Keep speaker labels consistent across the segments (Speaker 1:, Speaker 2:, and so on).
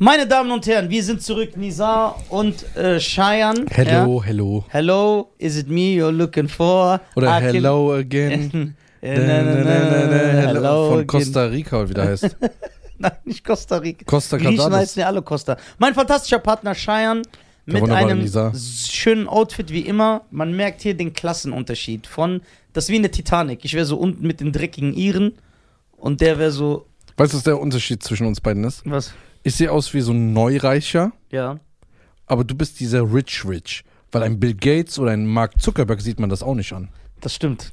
Speaker 1: Meine Damen und Herren, wir sind zurück, Nizar und äh, Cheyenne.
Speaker 2: Hello, hello.
Speaker 1: Ja? Hello, is it me you're looking for?
Speaker 2: Oder
Speaker 1: I can-
Speaker 2: hello again.
Speaker 1: Äh,
Speaker 2: Da,
Speaker 1: Ah, na,
Speaker 2: na,
Speaker 1: na,
Speaker 2: na, na,
Speaker 1: na,
Speaker 2: hello
Speaker 1: Hello
Speaker 2: Von
Speaker 1: again.
Speaker 2: Costa Rica, wie der heißt.
Speaker 1: Nein, nicht Costa Rica.
Speaker 2: Costa
Speaker 1: Griechen
Speaker 2: Cardales.
Speaker 1: heißen ja alle Costa. Mein fantastischer Partner Cheyenne mit
Speaker 2: wunderbare
Speaker 1: einem
Speaker 2: Nizar.
Speaker 1: schönen Outfit wie immer. Man merkt hier den Klassenunterschied von, das ist wie eine Titanic. Ich wäre so unten mit den dreckigen Iren und der wäre so,
Speaker 2: Weißt du, was der Unterschied zwischen uns beiden ist?
Speaker 1: was?
Speaker 2: Ich sehe aus wie so ein Neureicher,
Speaker 1: Ja.
Speaker 2: aber du bist dieser Rich Rich. Weil ein Bill Gates oder ein Mark Zuckerberg sieht man das auch nicht an.
Speaker 1: Das stimmt,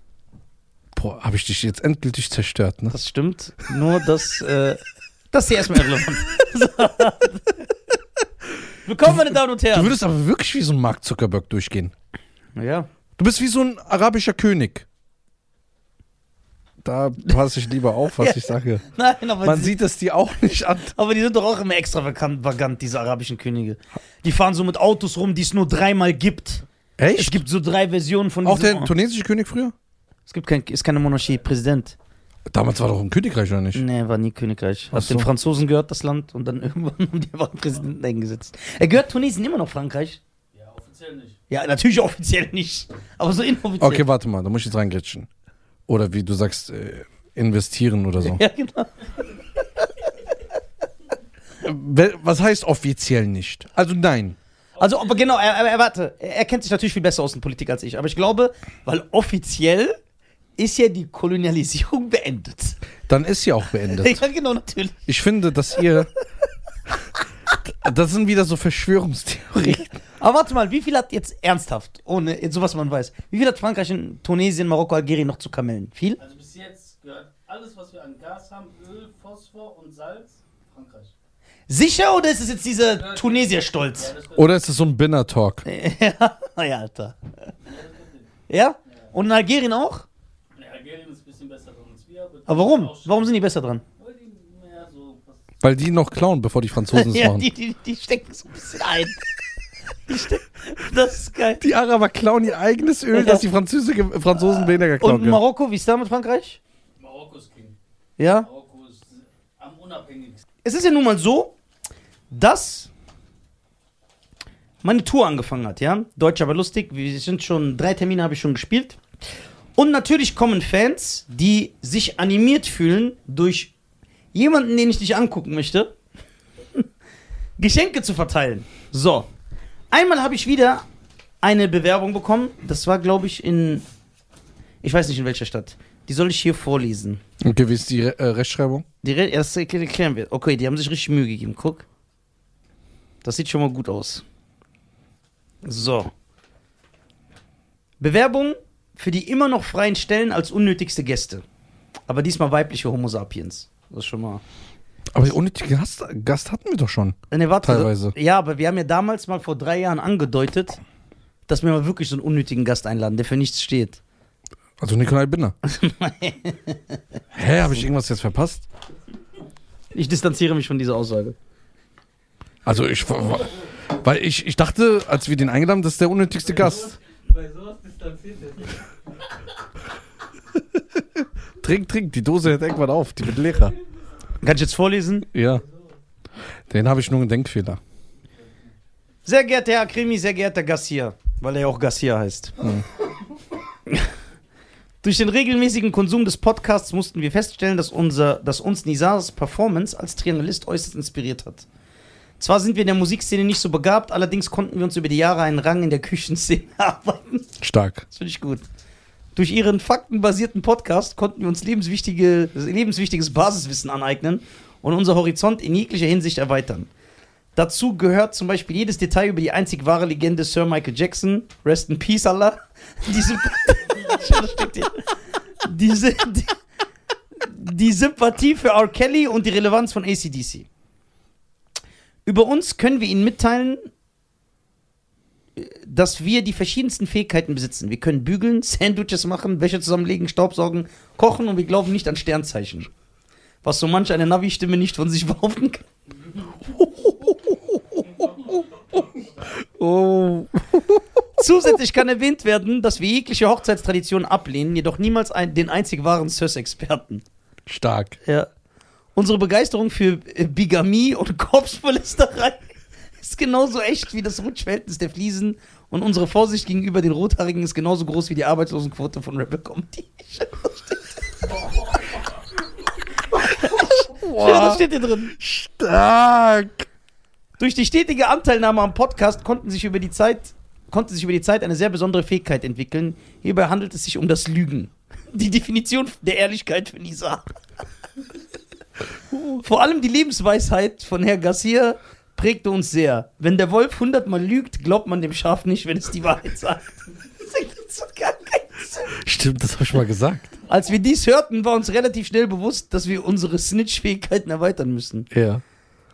Speaker 2: Boah, habe ich dich jetzt endgültig zerstört, ne?
Speaker 1: das stimmt. Nur, dass, äh, das ist hier erstmal irrelevant. So. Willkommen, meine Damen und
Speaker 2: Du
Speaker 1: Herren.
Speaker 2: würdest aber wirklich wie so ein Mark Zuckerberg durchgehen.
Speaker 1: Ja.
Speaker 2: Du bist wie so ein arabischer König. Da passe ich lieber auf, was
Speaker 1: Ja.
Speaker 2: ich sage.
Speaker 1: Nein, aber
Speaker 2: Man
Speaker 1: sie-
Speaker 2: sieht es dir auch nicht an.
Speaker 1: Aber die sind doch auch immer extravagant, diese arabischen Könige. Die fahren so mit Autos rum, die es nur dreimal gibt. Es
Speaker 2: Echt?
Speaker 1: gibt so drei Versionen von
Speaker 2: Auch
Speaker 1: diesem-
Speaker 2: der tunesische König früher?
Speaker 1: Es gibt kein, ist keine Monarchie, Präsident.
Speaker 2: Damals war doch ein Königreich, oder nicht?
Speaker 1: Nee, war nie Königreich. Hat
Speaker 2: Ach so.
Speaker 1: den Franzosen gehört, das Land, und dann irgendwann haben die einfach einen Präsidenten eingesetzt. Er gehört Tunesien immer noch Frankreich?
Speaker 3: Ja, offiziell nicht.
Speaker 1: Ja, natürlich offiziell nicht, aber so inoffiziell.
Speaker 2: Okay, warte mal, da muss ich jetzt reingrätschen. Oder wie du sagst, äh, investieren oder so.
Speaker 1: Ja, genau.
Speaker 2: Wel- Was heißt offiziell nicht? Also nein.
Speaker 1: Also, aber genau, er, er, er, warte, er er kennt sich natürlich viel besser aus in Politik als ich, aber ich glaube, weil offiziell ist ja die Kolonialisierung beendet.
Speaker 2: Dann ist sie auch beendet.
Speaker 1: Ja, genau, natürlich.
Speaker 2: Ich finde, dass ihr. Das sind wieder so Verschwörungstheorien.
Speaker 1: Aber warte mal, wie viel hat jetzt ernsthaft, ohne jetzt sowas man weiß, wie viel hat Frankreich in Tunesien, Marokko, Algerien noch zu kamellen? Viel?
Speaker 3: Also bis jetzt gehört alles, was wir an Gas haben, Öl, Phosphor und Salz, Frankreich.
Speaker 1: Sicher oder ist es jetzt dieser Tunesier-Stolz?
Speaker 3: Ja, das
Speaker 2: Oder ist es so ein Binner-Talk?
Speaker 1: Ja, ja, Alter. Ja? Und in Algerien auch?
Speaker 3: Nee, Algerien ist ein bisschen besser dran als wir. Aber,
Speaker 1: Aber warum? Warum sind die besser dran?
Speaker 3: Weil die mehr so was
Speaker 2: Weil die noch klauen, bevor die Franzosen es
Speaker 1: Ja,
Speaker 2: machen.
Speaker 1: die, die, die stecken so ein bisschen ein. Die stecken- Das ist geil.
Speaker 2: Die Araber klauen ihr eigenes Öl,
Speaker 1: dass
Speaker 2: die Franzosen weniger
Speaker 1: Ah. Und Marokko, wie ist da mit Frankreich?
Speaker 3: Marokko ist King.
Speaker 1: Ja?
Speaker 3: Marokko ist am unabhängigsten.
Speaker 1: Es ist ja nun mal so, dass meine Tour angefangen hat, ja. Deutsch aber lustig. Wir sind schon, drei Termine habe ich schon gespielt. Und natürlich kommen Fans, die sich animiert fühlen, durch jemanden, den ich nicht angucken möchte, Geschenke zu verteilen. So. Einmal habe ich wieder eine Bewerbung bekommen. Das war, glaube ich, in. Ich weiß nicht in welcher Stadt. Die soll ich hier vorlesen.
Speaker 2: Okay, wie ist die Re äh, Rechtschreibung?
Speaker 1: Die Re ja, das erkl- erklären wir. Okay, die haben sich richtig Mühe gegeben. Guck. Das sieht schon mal gut aus. So. Bewerbung für die immer noch freien Stellen als unnötigste Gäste. Aber diesmal weibliche Homo sapiens. Das ist schon mal.
Speaker 2: Aber unnötige Gast, Gast hatten wir doch schon.
Speaker 1: Äh, Nee, warte.
Speaker 2: Teilweise.
Speaker 1: Ja, aber wir haben ja damals mal vor drei Jahren angedeutet, dass wir mal wirklich so einen unnötigen Gast einladen, der für nichts steht.
Speaker 2: Also Nikolai Binner. Hä, habe ich irgendwas jetzt verpasst?
Speaker 1: Ich distanziere mich von dieser Aussage.
Speaker 2: Also ich, weil ich, ich dachte, als wir den eingeladen haben, das ist der unnötigste Gast.
Speaker 3: Bei sowas distanziert er sich.
Speaker 2: Trink, trink, die Dose hört irgendwann auf, die wird leerer.
Speaker 1: Kann ich jetzt vorlesen?
Speaker 2: Ja. Den habe ich nur einen Denkfehler.
Speaker 1: Sehr geehrter Herr Krimi, sehr geehrter Gassier, weil er ja auch Gassier heißt. Hm. Durch den regelmäßigen Konsum des Podcasts mussten wir feststellen, dass, unser, dass uns Nizars Performance als Triangelist äußerst inspiriert hat. Zwar sind wir in der Musikszene nicht so begabt, allerdings konnten wir uns über die Jahre einen Rang in der Küchenszene erarbeiten.
Speaker 2: Stark.
Speaker 1: Das finde ich gut. Durch ihren faktenbasierten Podcast konnten wir uns lebenswichtige, lebenswichtiges Basiswissen aneignen und unser Horizont in jeglicher Hinsicht erweitern. Dazu gehört zum Beispiel jedes Detail über die einzig wahre Legende Sir Michael Jackson, Rest in Peace Allah, die, Symp- Das steckt hier. die, Sy- die, die Sympathie für R. Kelly und die Relevanz von ACDC. Über uns können wir Ihnen mitteilen, dass wir die verschiedensten Fähigkeiten besitzen. Wir können bügeln, Sandwiches machen, Wäsche zusammenlegen, Staubsaugen, kochen und wir glauben nicht an Sternzeichen. Was so manch eine Navi-Stimme nicht von sich behaupten kann.
Speaker 2: Oh.
Speaker 1: Zusätzlich kann erwähnt werden, dass wir jegliche Hochzeitstradition ablehnen, jedoch niemals ein, den einzig wahren Sös-Experten.
Speaker 2: Stark.
Speaker 1: Ja. Unsere Begeisterung für äh, Bigamie und Korpspolisterei ist genauso echt wie das Rutschverhältnis der Fliesen und unsere Vorsicht gegenüber den Rothaarigen ist genauso groß wie die Arbeitslosenquote von Rebel Comedy. Ja, das steht hier drin.
Speaker 2: Stark.
Speaker 1: Durch die stetige Anteilnahme am Podcast konnten sich über die Zeit, konnte sich über die Zeit eine sehr besondere Fähigkeit entwickeln. Hierbei handelt es sich um das Lügen. Die Definition der Ehrlichkeit für Nisa. Vor allem die Lebensweisheit von Herr Garcia prägte uns sehr. Wenn der Wolf hundertmal lügt, glaubt man dem Schaf nicht, wenn es die Wahrheit sagt. Das ergibt so gar keinen Sinn.
Speaker 2: Stimmt, das habe ich mal gesagt.
Speaker 1: Als wir dies hörten, war uns relativ schnell bewusst, dass wir unsere Snitch-Fähigkeiten erweitern müssen.
Speaker 2: Ja.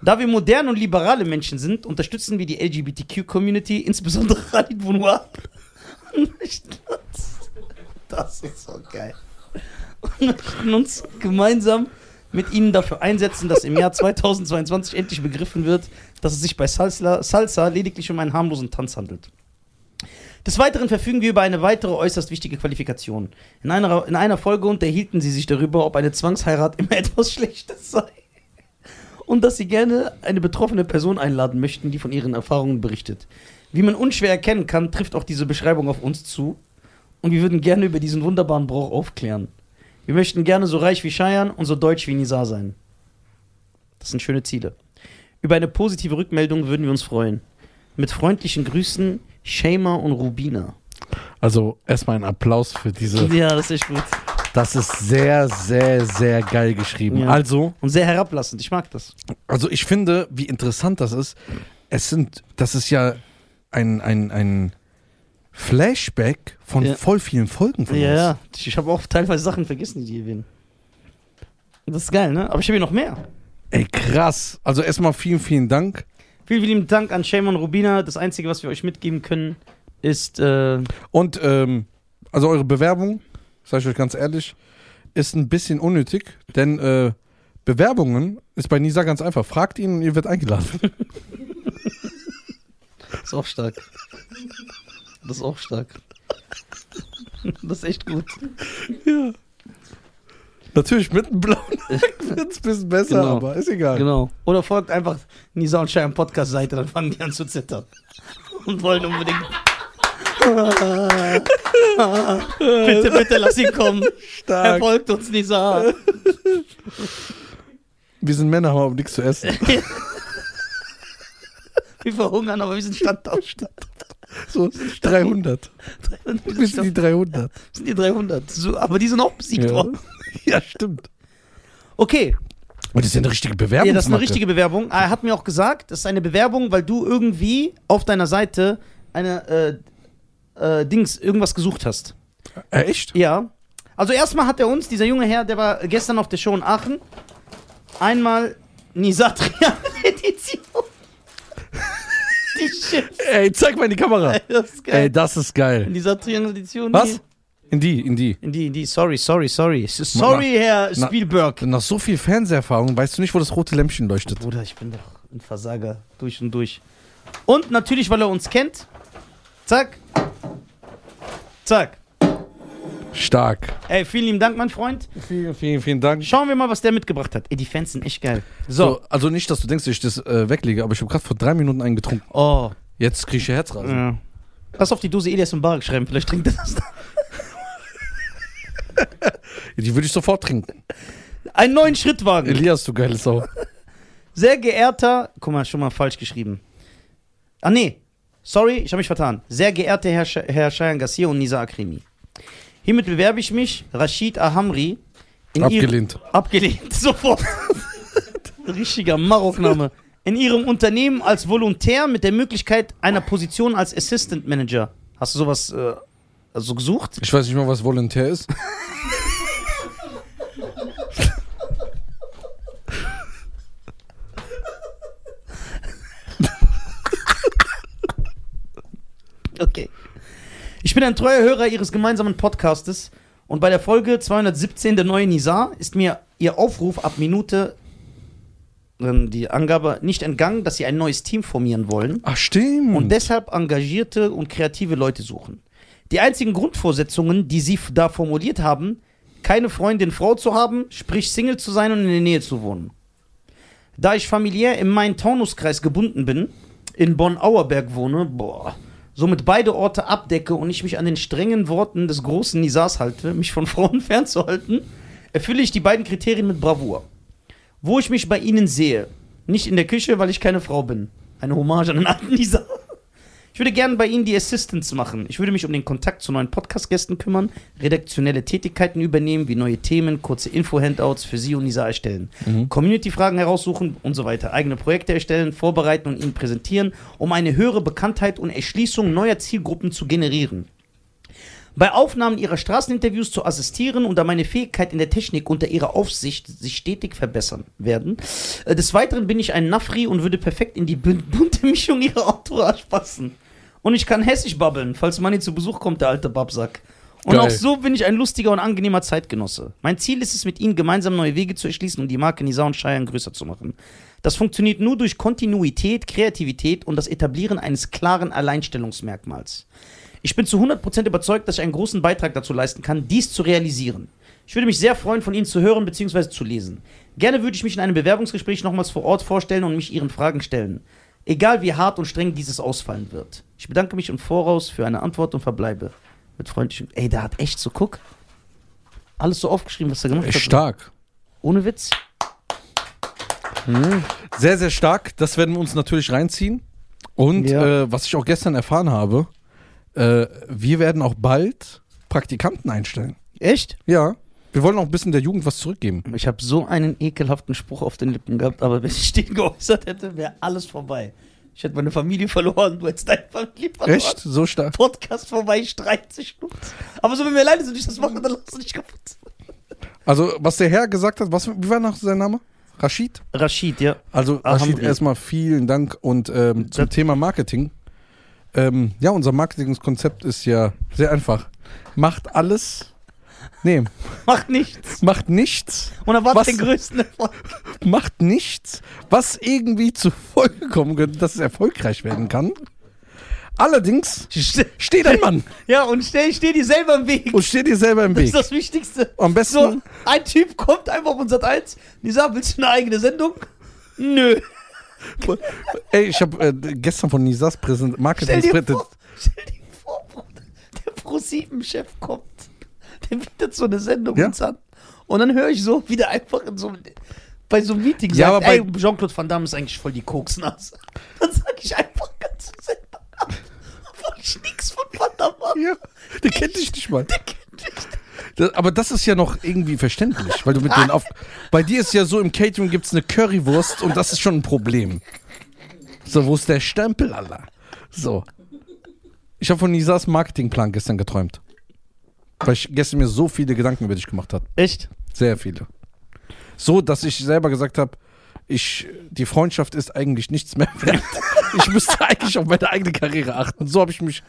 Speaker 1: Da wir modern und liberale Menschen sind, unterstützen wir die LGBTQ-Community, insbesondere Khalid Bounoir. Und möchten uns- Das ist so geil. Und möchten uns gemeinsam mit ihnen dafür einsetzen, dass im Jahr 2022 endlich begriffen wird, dass es sich bei Salsa, Salsa lediglich um einen harmlosen Tanz handelt. Des Weiteren verfügen wir über eine weitere äußerst wichtige Qualifikation. In einer, in einer Folge unterhielten sie sich darüber, ob eine Zwangsheirat immer etwas Schlechtes sei und dass sie gerne eine betroffene Person einladen möchten, die von ihren Erfahrungen berichtet. Wie man unschwer erkennen kann, trifft auch diese Beschreibung auf uns zu und wir würden gerne über diesen wunderbaren Brauch aufklären. Wir möchten gerne so reich wie Scheiern und so deutsch wie Nizar sein. Das sind schöne Ziele. Über eine positive Rückmeldung würden wir uns freuen. Mit freundlichen Grüßen, Shema und Rubina.
Speaker 2: Also erstmal ein Applaus für diese.
Speaker 1: Ja, das ist echt gut.
Speaker 2: Das ist sehr, sehr, sehr geil geschrieben.
Speaker 1: Ja.
Speaker 2: Also,
Speaker 1: Und sehr herablassend, ich mag das.
Speaker 2: also ich finde, wie interessant das ist. Es sind, das ist ja ein, ein, ein Flashback von
Speaker 1: Ja.
Speaker 2: voll vielen Folgen von
Speaker 1: Ja,
Speaker 2: uns.
Speaker 1: ja. Ich, ich habe auch teilweise Sachen vergessen, die die erwähnen. Das ist geil, ne? Aber ich habe hier noch mehr.
Speaker 2: Ey, krass. Also erstmal vielen, vielen Dank.
Speaker 1: Vielen, vielen Dank an Shame und Rubina. Das Einzige, was wir euch mitgeben können, ist. Äh,
Speaker 2: Und ähm, also eure Bewerbung, sage ich euch ganz ehrlich, ist ein bisschen unnötig, denn äh, Bewerbungen ist bei Nisa ganz einfach. Fragt ihn und ihr wird eingeladen.
Speaker 1: ist auch stark. Das ist auch stark. Das ist echt gut.
Speaker 2: ja. Natürlich mit einem blauen wird es ein bisschen besser,
Speaker 1: Genau.
Speaker 2: aber ist egal.
Speaker 1: Genau. Oder folgt einfach Nisa und Shame Podcast-Seite, dann fangen die an zu zittern. Und wollen unbedingt. bitte, bitte lass ihn kommen. Er
Speaker 2: Stark.
Speaker 1: folgt uns, Nisa.
Speaker 2: Wir sind Männer, haben aber nichts zu essen.
Speaker 1: Wir verhungern, aber wir sind standhaft.
Speaker 2: So 300. Bis die 300.
Speaker 1: sind die 300. So, aber die sind auch besiegt
Speaker 2: Ja.
Speaker 1: worden.
Speaker 2: Ja, stimmt.
Speaker 1: Okay,
Speaker 2: Und das ist ja eine richtige Bewerbung.
Speaker 1: Ja, das ist eine richtige Bewerbung. Ah, Er hat mir auch gesagt, das ist eine Bewerbung, weil du irgendwie auf deiner Seite eine äh, äh, Dings, irgendwas gesucht hast.
Speaker 2: Äh, echt?
Speaker 1: Ja. Also erstmal hat er uns, dieser junge Herr, der war gestern auf der Show in Aachen, einmal Nisatria Edition. Die Shit.
Speaker 2: Ey, zeig mal in die Kamera.
Speaker 1: Das ist
Speaker 2: Ey,
Speaker 1: geil.
Speaker 2: das ist geil.
Speaker 1: Nisatria Edition.
Speaker 2: Was? In die, in die.
Speaker 1: In die, in die, sorry, sorry, sorry. Sorry, Herr
Speaker 2: na-
Speaker 1: Spielberg.
Speaker 2: Nach so viel Fernseherfahrung weißt du nicht, wo das rote Lämpchen leuchtet.
Speaker 1: Bruder, ich bin doch ein Versager durch und durch. Und natürlich, weil er uns kennt. Zack. Zack.
Speaker 2: Stark.
Speaker 1: Ey, vielen lieben Dank, mein Freund.
Speaker 2: Vielen, vielen, vielen Dank.
Speaker 1: Schauen wir mal, was der mitgebracht hat. Ey, die Fans sind echt geil.
Speaker 2: So,
Speaker 1: So.
Speaker 2: also nicht, dass du denkst, dass ich das äh, weglege, aber ich habe gerade vor drei Minuten einen getrunken.
Speaker 1: Oh.
Speaker 2: Jetzt kriege ich Herzrasen.
Speaker 1: Ja. Lass auf die Dose Elias und Barak schreiben, vielleicht trinkt er das dann.
Speaker 2: Die würde ich sofort trinken.
Speaker 1: Einen neuen Schrittwagen.
Speaker 2: Elias, du geile Sau.
Speaker 1: Sehr geehrter. Guck mal, schon mal falsch geschrieben. Ah, nee. Sorry, ich habe mich vertan. Sehr geehrter Herr, Sch Herr Shayan Gassier und Nisa Akrimi. Hiermit bewerbe ich mich, Rashid Ahamri, in Ihrem-
Speaker 2: Abgelehnt.
Speaker 1: Abgelehnt, sofort. Richtiger Marokname. In ihrem Unternehmen als Volontär mit der Möglichkeit einer Position als Assistant Manager. Hast du sowas äh, also gesucht?
Speaker 2: Ich weiß nicht mal, was Volontär ist.
Speaker 1: Okay. Ich bin ein treuer Hörer ihres gemeinsamen Podcastes und bei der Folge 217 der neue Nizar ist mir ihr Aufruf ab Minute ähm, die Angabe nicht entgangen, dass sie ein neues Team formieren wollen.
Speaker 2: Ach, stimmt.
Speaker 1: und deshalb engagierte und kreative Leute suchen. Die einzigen Grundvorsetzungen, die sie f- da formuliert haben, keine Freundin, Frau zu haben, sprich Single zu sein und in der Nähe zu wohnen. Da ich familiär im Main-Taunus-Kreis gebunden bin, in Bonn-Auerberg wohne, boah, somit beide Orte abdecke und ich mich an den strengen Worten des großen Nizars halte, mich von Frauen fernzuhalten, erfülle ich die beiden Kriterien mit Bravour. Wo ich mich bei ihnen sehe, nicht in der Küche, weil ich keine Frau bin. Eine Hommage an den alten Nizar. Ich würde gerne bei Ihnen die Assistants machen. Ich würde mich um den Kontakt zu neuen Podcast-Gästen kümmern, redaktionelle Tätigkeiten übernehmen, wie neue Themen, kurze Info-Handouts für Sie und Nisa erstellen, Community-Fragen heraussuchen und so weiter, eigene Projekte erstellen, vorbereiten und Ihnen präsentieren, um eine höhere Bekanntheit und Erschließung neuer Zielgruppen zu generieren. Bei Aufnahmen ihrer Straßeninterviews zu assistieren und da meine Fähigkeit in der Technik unter ihrer Aufsicht sich stetig verbessern werden. Äh, Des Weiteren bin ich ein Nafri und würde perfekt in die bun- bunte Mischung ihrer Entourage passen. Und ich kann hessisch babbeln, falls Manni zu Besuch kommt, der alte Babsack. Und
Speaker 2: Geil.
Speaker 1: auch so bin ich ein lustiger und angenehmer Zeitgenosse. Mein Ziel ist es, mit ihnen gemeinsam neue Wege zu erschließen und die Marke Nisa und Scheiern größer zu machen. Das funktioniert nur durch Kontinuität, Kreativität und das Etablieren eines klaren Alleinstellungsmerkmals. Ich bin zu 100% überzeugt, dass ich einen großen Beitrag dazu leisten kann, dies zu realisieren. Ich würde mich sehr freuen, von Ihnen zu hören bzw. zu lesen. Gerne würde ich mich in einem Bewerbungsgespräch nochmals vor Ort vorstellen und mich Ihren Fragen stellen. Egal wie hart und streng dieses ausfallen wird. Ich bedanke mich im Voraus für eine Antwort und verbleibe. Mit freundlichen. Ey, der hat echt so, guck. Alles so aufgeschrieben, was er gemacht
Speaker 2: Echt
Speaker 1: hat.
Speaker 2: stark.
Speaker 1: Ohne Witz.
Speaker 2: Sehr, sehr stark. Das werden wir uns natürlich reinziehen. Und
Speaker 1: Ja.
Speaker 2: äh, was ich auch gestern erfahren habe, äh, wir werden auch bald Praktikanten einstellen.
Speaker 1: Echt?
Speaker 2: Ja. Wir wollen auch ein bisschen der Jugend was zurückgeben.
Speaker 1: Ich habe so einen ekelhaften Spruch auf den Lippen gehabt, aber wenn ich den geäußert hätte, wäre alles vorbei. Ich hätte meine Familie verloren, du hättest deine Familie verloren.
Speaker 2: Echt? So stark.
Speaker 1: Podcast vorbei, Streit sich nutzt. Aber so, wenn wir alleine sind, ich das machen, dann lass dich kaputt.
Speaker 2: Also, was der Herr gesagt hat, was, wie war noch sein Name? Rashid?
Speaker 1: Rashid, ja.
Speaker 2: Also, Rashid,
Speaker 1: Alhamdulillah.
Speaker 2: erstmal vielen Dank und ähm, zum
Speaker 1: Das-
Speaker 2: Thema Marketing. Ähm, ja, unser Marketingkonzept ist ja sehr einfach. Macht alles. Nee,
Speaker 1: Mach nichts.
Speaker 2: macht nichts.
Speaker 1: Und erwarte
Speaker 2: Was?
Speaker 1: den größten Erfolg.
Speaker 2: macht nichts, was irgendwie zur Folge kommen könnte, dass es erfolgreich werden kann. Allerdings steht ein Mann
Speaker 1: Ja, und stell, steh dir selber im Weg.
Speaker 2: und steht dir selber Oh, im
Speaker 1: Das
Speaker 2: Weg.
Speaker 1: ist das Wichtigste.
Speaker 2: Am besten,
Speaker 1: So, ein Typ kommt einfach von Sat 1, die sagt, willst du eine eigene Sendung? Nö.
Speaker 2: ey, ich habe äh, gestern von Nisas Präsent
Speaker 1: Stell
Speaker 2: Marketing
Speaker 1: dir vor, stell dir vor, Bruder, der Pro7-Chef kommt, der bietet so eine Sendung
Speaker 2: Ja.
Speaker 1: uns an. Und dann höre ich so, wie der einfach in so einem, bei so einem Meeting
Speaker 2: Ja,
Speaker 1: sagt,
Speaker 2: aber bei-
Speaker 1: ey, Jean-Claude Van Damme ist eigentlich voll die Koksnase. Dann sage ich einfach ganz zur Sendung ab, obwohl ich nix von Van Damme habe.
Speaker 2: Ja, der kennt dich nicht mal. Das, aber das ist ja noch irgendwie verständlich, weil du mit denen auf. Bei dir ist ja so, im Catering gibt's eine Currywurst und das ist schon ein Problem. So, wo ist der Stempel, Alter? So. Ich habe von Nisas Marketingplan gestern geträumt. Weil ich gestern mir so viele Gedanken über dich gemacht habe.
Speaker 1: Echt?
Speaker 2: Sehr viele. So, dass ich selber gesagt habe, ich, die Freundschaft ist eigentlich nichts mehr wert. Ich müsste eigentlich auf meine eigene Karriere achten. So habe ich mich,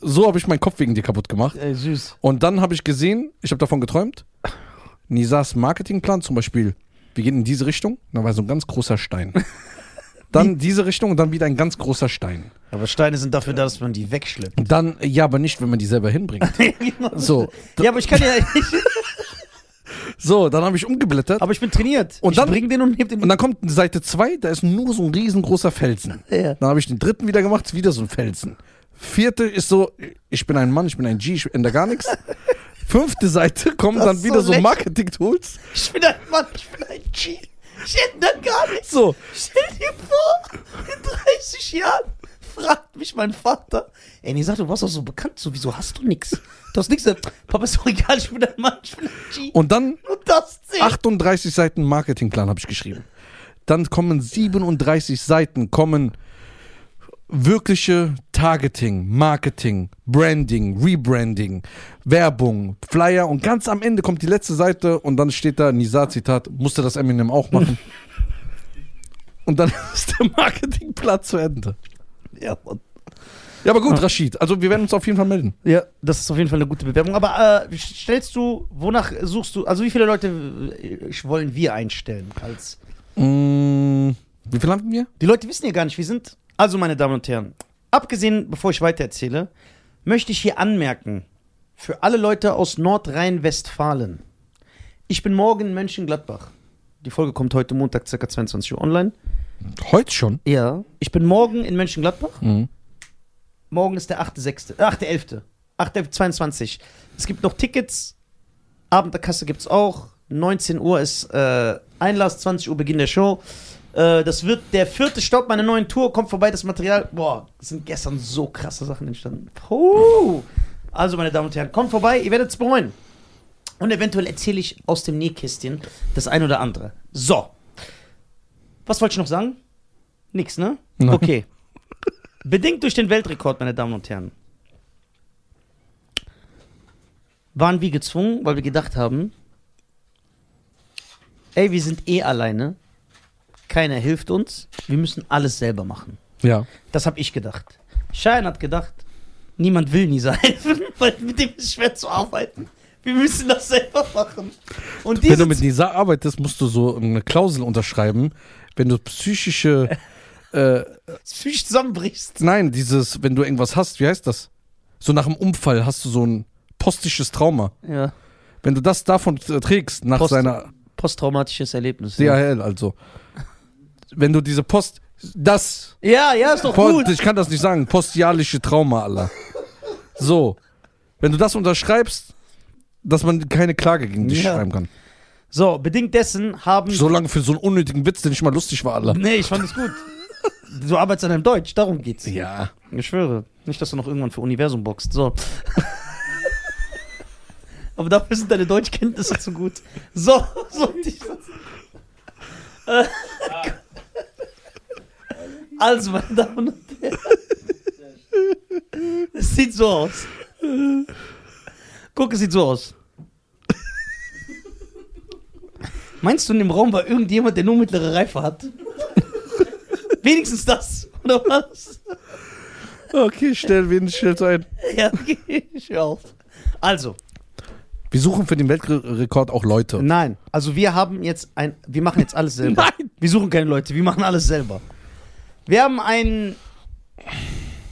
Speaker 2: so habe ich meinen Kopf wegen dir kaputt gemacht.
Speaker 1: Ey, süß.
Speaker 2: Und dann habe ich gesehen, ich habe davon geträumt, Nisas Marketingplan zum Beispiel, wir gehen in diese Richtung, dann war so ein ganz großer Stein. Dann diese Richtung und dann wieder ein ganz großer Stein.
Speaker 1: Aber Steine sind dafür da, dass man die wegschleppt.
Speaker 2: Und dann, ja, aber nicht, wenn man die selber hinbringt. So,
Speaker 1: ja, aber ich kann ja, ich,
Speaker 2: so dann habe ich umgeblättert.
Speaker 1: aber ich bin trainiert.
Speaker 2: Und
Speaker 1: ich
Speaker 2: dann-
Speaker 1: bring den und heb den.
Speaker 2: Und dann kommt Seite 2, da ist nur so ein riesengroßer Felsen.
Speaker 1: Ja.
Speaker 2: Dann habe ich den dritten wieder gemacht, wieder so ein Felsen. Vierte ist so, ich bin ein Mann, ich bin ein G, ich ändere gar nichts. Fünfte Seite kommen
Speaker 1: Das
Speaker 2: dann
Speaker 1: ist
Speaker 2: wieder
Speaker 1: so
Speaker 2: so,
Speaker 1: lächerlich.
Speaker 2: Marketing-Tools.
Speaker 1: ich bin ein Mann, ich bin ein G. Ich ändere gar nichts.
Speaker 2: So,
Speaker 1: Stell dir vor, in 30 Jahren fragt mich mein Vater, ey, nee, sag, du warst doch so bekannt, so, wieso hast du nix? Du hast nix, gesagt. Papa, ist doch egal, ich bin ein Mann, ich bin ein G.
Speaker 2: und dann
Speaker 1: Nur das zählt.
Speaker 2: 38 Seiten Marketingplan habe ich geschrieben. Dann kommen 37 Seiten, kommen wirkliche Targeting, Marketing, Branding, Rebranding, Werbung, Flyer und ganz am Ende kommt die letzte Seite und dann steht da Nizar-Zitat, musste das Eminem auch machen. und dann ist der Marketingplan zu Ende.
Speaker 1: Ja, Mann.
Speaker 2: Ja, aber gut, Rashid, also wir werden uns auf jeden Fall melden.
Speaker 1: ja, das ist auf jeden Fall eine gute Bewerbung. Aber äh, stellst du, wonach suchst du, also wie viele Leute äh, wollen wir einstellen? Als,
Speaker 2: Mm, wie viel haben wir?
Speaker 1: die Leute wissen ja gar nicht, wir sind. Also, meine Damen und Herren, abgesehen, bevor ich weitererzähle, möchte ich hier anmerken, für alle Leute aus Nordrhein-Westfalen, Ich bin morgen in Mönchengladbach. Die Folge kommt heute Montag, ca. 22 Uhr online.
Speaker 2: Heute schon?
Speaker 1: Ja. Ich bin morgen in Mönchengladbach.
Speaker 2: Mhm.
Speaker 1: Morgen ist der 8.6. äh, 8.11. 8.22. Es gibt noch Tickets. Abend der Kasse gibt's auch. 19 Uhr ist äh, Einlass, 20 Uhr Beginn der Show. Äh, das wird der vierte Stopp meiner neuen Tour. Kommt vorbei, das Material. Boah, es sind gestern so krasse Sachen entstanden. Puh. Also, meine Damen und Herren, kommt vorbei, ihr werdet es bereuen. Und eventuell erzähle ich aus dem Nähkästchen das ein oder andere. So. Was wollte ich noch sagen? Nix, ne?
Speaker 2: Nein.
Speaker 1: Okay. Bedingt durch den Weltrekord, meine Damen und Herren, waren wir gezwungen, weil wir gedacht haben, ey, wir sind eh alleine, keiner hilft uns, wir müssen alles selber machen.
Speaker 2: Ja.
Speaker 1: Das habe ich gedacht. Schein hat gedacht, niemand will Nisa helfen, weil mit dem ist schwer zu arbeiten. Wir müssen das selber machen. Und
Speaker 2: Wenn du
Speaker 1: diese
Speaker 2: mit Nisa arbeitest, musst du so eine Klausel unterschreiben, wenn du psychische, äh,
Speaker 1: psychisch zusammenbrichst.
Speaker 2: nein, dieses, wenn du irgendwas hast, wie heißt das? So nach einem Unfall hast du so ein postisches Trauma.
Speaker 1: Ja,
Speaker 2: Wenn du das davon äh, trägst, nach
Speaker 1: Post-
Speaker 2: seiner
Speaker 1: posttraumatisches Erlebnis. Ja,
Speaker 2: DHL also, wenn du diese Post, das,
Speaker 1: ja, ja ist doch
Speaker 2: Post,
Speaker 1: gut.
Speaker 2: ich kann das nicht sagen, postialische Trauma aller. So, wenn du das unterschreibst, dass man keine Klage gegen dich
Speaker 1: Ja.
Speaker 2: schreiben kann.
Speaker 1: So, bedingt dessen haben.
Speaker 2: So lange für so einen unnötigen Witz, der nicht mal lustig war, Alter.
Speaker 1: Nee, ich fand es gut. Du arbeitest an deinem Deutsch, darum geht's.
Speaker 2: Ja.
Speaker 1: Ich schwöre. Nicht, dass du noch irgendwann für Universum boxt. So. Aber dafür sind deine Deutschkenntnisse zu gut. So, so. Äh, Also, meine Damen und Herren. Es sieht so aus. Guck, es sieht so aus. Meinst du, in dem Raum war irgendjemand, der nur mittlere Reife hat? Wenigstens das, oder was?
Speaker 2: Okay, stell wen stellt ein.
Speaker 1: Ja, okay, ich hör auf. Also,
Speaker 2: Wir suchen für den Weltrekord auch Leute.
Speaker 1: nein. Also wir haben jetzt ein, wir machen jetzt alles selber. Nein. Wir suchen keine Leute, wir machen alles selber. Wir haben ein,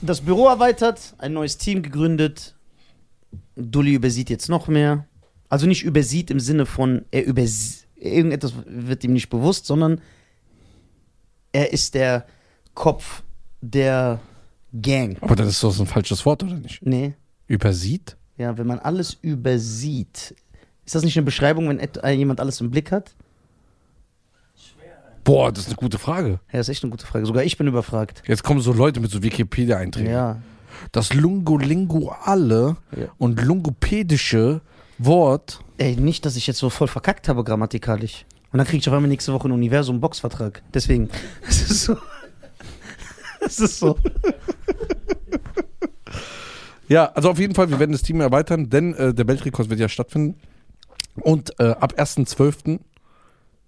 Speaker 1: das Büro erweitert, ein neues Team gegründet. Dulli übersieht jetzt noch mehr. Also nicht übersieht im Sinne von, er übersieht, irgendetwas wird ihm nicht bewusst, sondern er ist der Kopf der Gang.
Speaker 2: Aber das ist doch so ein falsches Wort, oder nicht?
Speaker 1: Nee.
Speaker 2: Übersieht?
Speaker 1: Ja, wenn man alles übersieht. Ist das nicht eine Beschreibung, wenn et- äh, jemand alles im Blick hat?
Speaker 2: Boah, das ist eine gute Frage.
Speaker 1: Ja, ist echt eine gute Frage. Sogar ich bin überfragt.
Speaker 2: Jetzt kommen so Leute mit so Wikipedia-Einträgen.
Speaker 1: Ja.
Speaker 2: Das lungolinguale
Speaker 1: Ja.
Speaker 2: und lungopädische Wort.
Speaker 1: Ey, nicht, dass ich jetzt so voll verkackt habe grammatikalisch. Und dann kriege ich auf einmal nächste Woche einen Universum-Boxvertrag. Deswegen. Es ist so. Es ist so.
Speaker 2: Ja, also auf jeden Fall, wir werden das Team erweitern, denn äh, der Weltrekord wird ja stattfinden. Und äh, ab 1.12.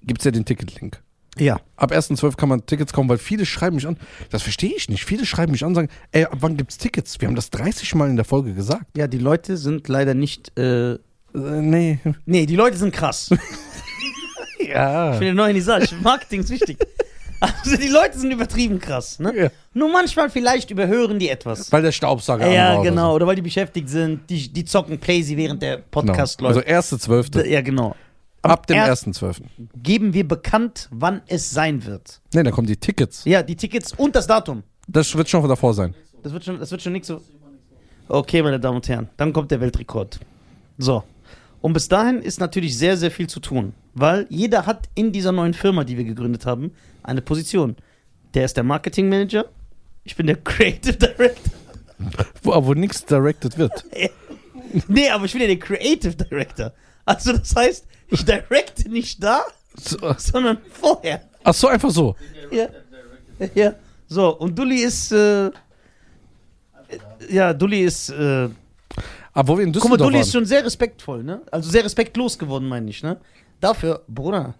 Speaker 2: gibt es ja den Ticketlink.
Speaker 1: Ja.
Speaker 2: Ab 1.12. kann man Tickets kaufen, weil viele schreiben mich an. Das verstehe ich nicht. Viele schreiben mich an und sagen, ey, ab wann gibt's Tickets? Wir haben das 30 Mal in der Folge gesagt.
Speaker 1: Ja, die Leute sind leider nicht. Äh,
Speaker 2: Äh, nee.
Speaker 1: nee, die Leute sind krass. Ich
Speaker 2: Ja.
Speaker 1: bin der neue Nisage. Marketing ist wichtig. Also die Leute sind übertrieben krass. Ne?
Speaker 2: Ja.
Speaker 1: Nur manchmal vielleicht überhören die etwas.
Speaker 2: Weil der Staubsauger an war
Speaker 1: Ja,
Speaker 2: oder
Speaker 1: genau.
Speaker 2: so.
Speaker 1: Oder weil die beschäftigt sind, die, die zocken Playsy, während der
Speaker 2: Genau.
Speaker 1: Podcast
Speaker 2: Also
Speaker 1: läuft.
Speaker 2: 1.12.
Speaker 1: ja, genau.
Speaker 2: Ab dem
Speaker 1: erst-
Speaker 2: 1.12.
Speaker 1: Geben wir bekannt, wann es sein wird.
Speaker 2: Nee, da kommen die Tickets.
Speaker 1: Ja, die Tickets und das Datum.
Speaker 2: Das wird schon davor sein.
Speaker 1: Das wird schon, das wird schon nichts so. Okay, meine Damen und Herren, dann kommt der Weltrekord. So. Und bis dahin ist natürlich sehr, sehr viel zu tun, weil jeder hat in dieser neuen Firma, die wir gegründet haben, eine Position. Der ist der Marketing Manager, ich bin der Creative Director.
Speaker 2: Wo, wo nichts directed wird.
Speaker 1: Nee, aber ich bin ja der Creative Director. Also das heißt, ich directe nicht da,
Speaker 2: So-
Speaker 1: sondern vorher.
Speaker 2: Ach so, einfach so.
Speaker 1: Ja. ja. So, und Dulli ist, äh, ja, Dulli ist, äh,
Speaker 2: Aber wo wir in
Speaker 1: guck mal,
Speaker 2: Düsseldorf
Speaker 1: Dulli ist
Speaker 2: waren.
Speaker 1: schon sehr respektvoll, ne? Also sehr respektlos geworden, meine ich, ne? Dafür, Bruder,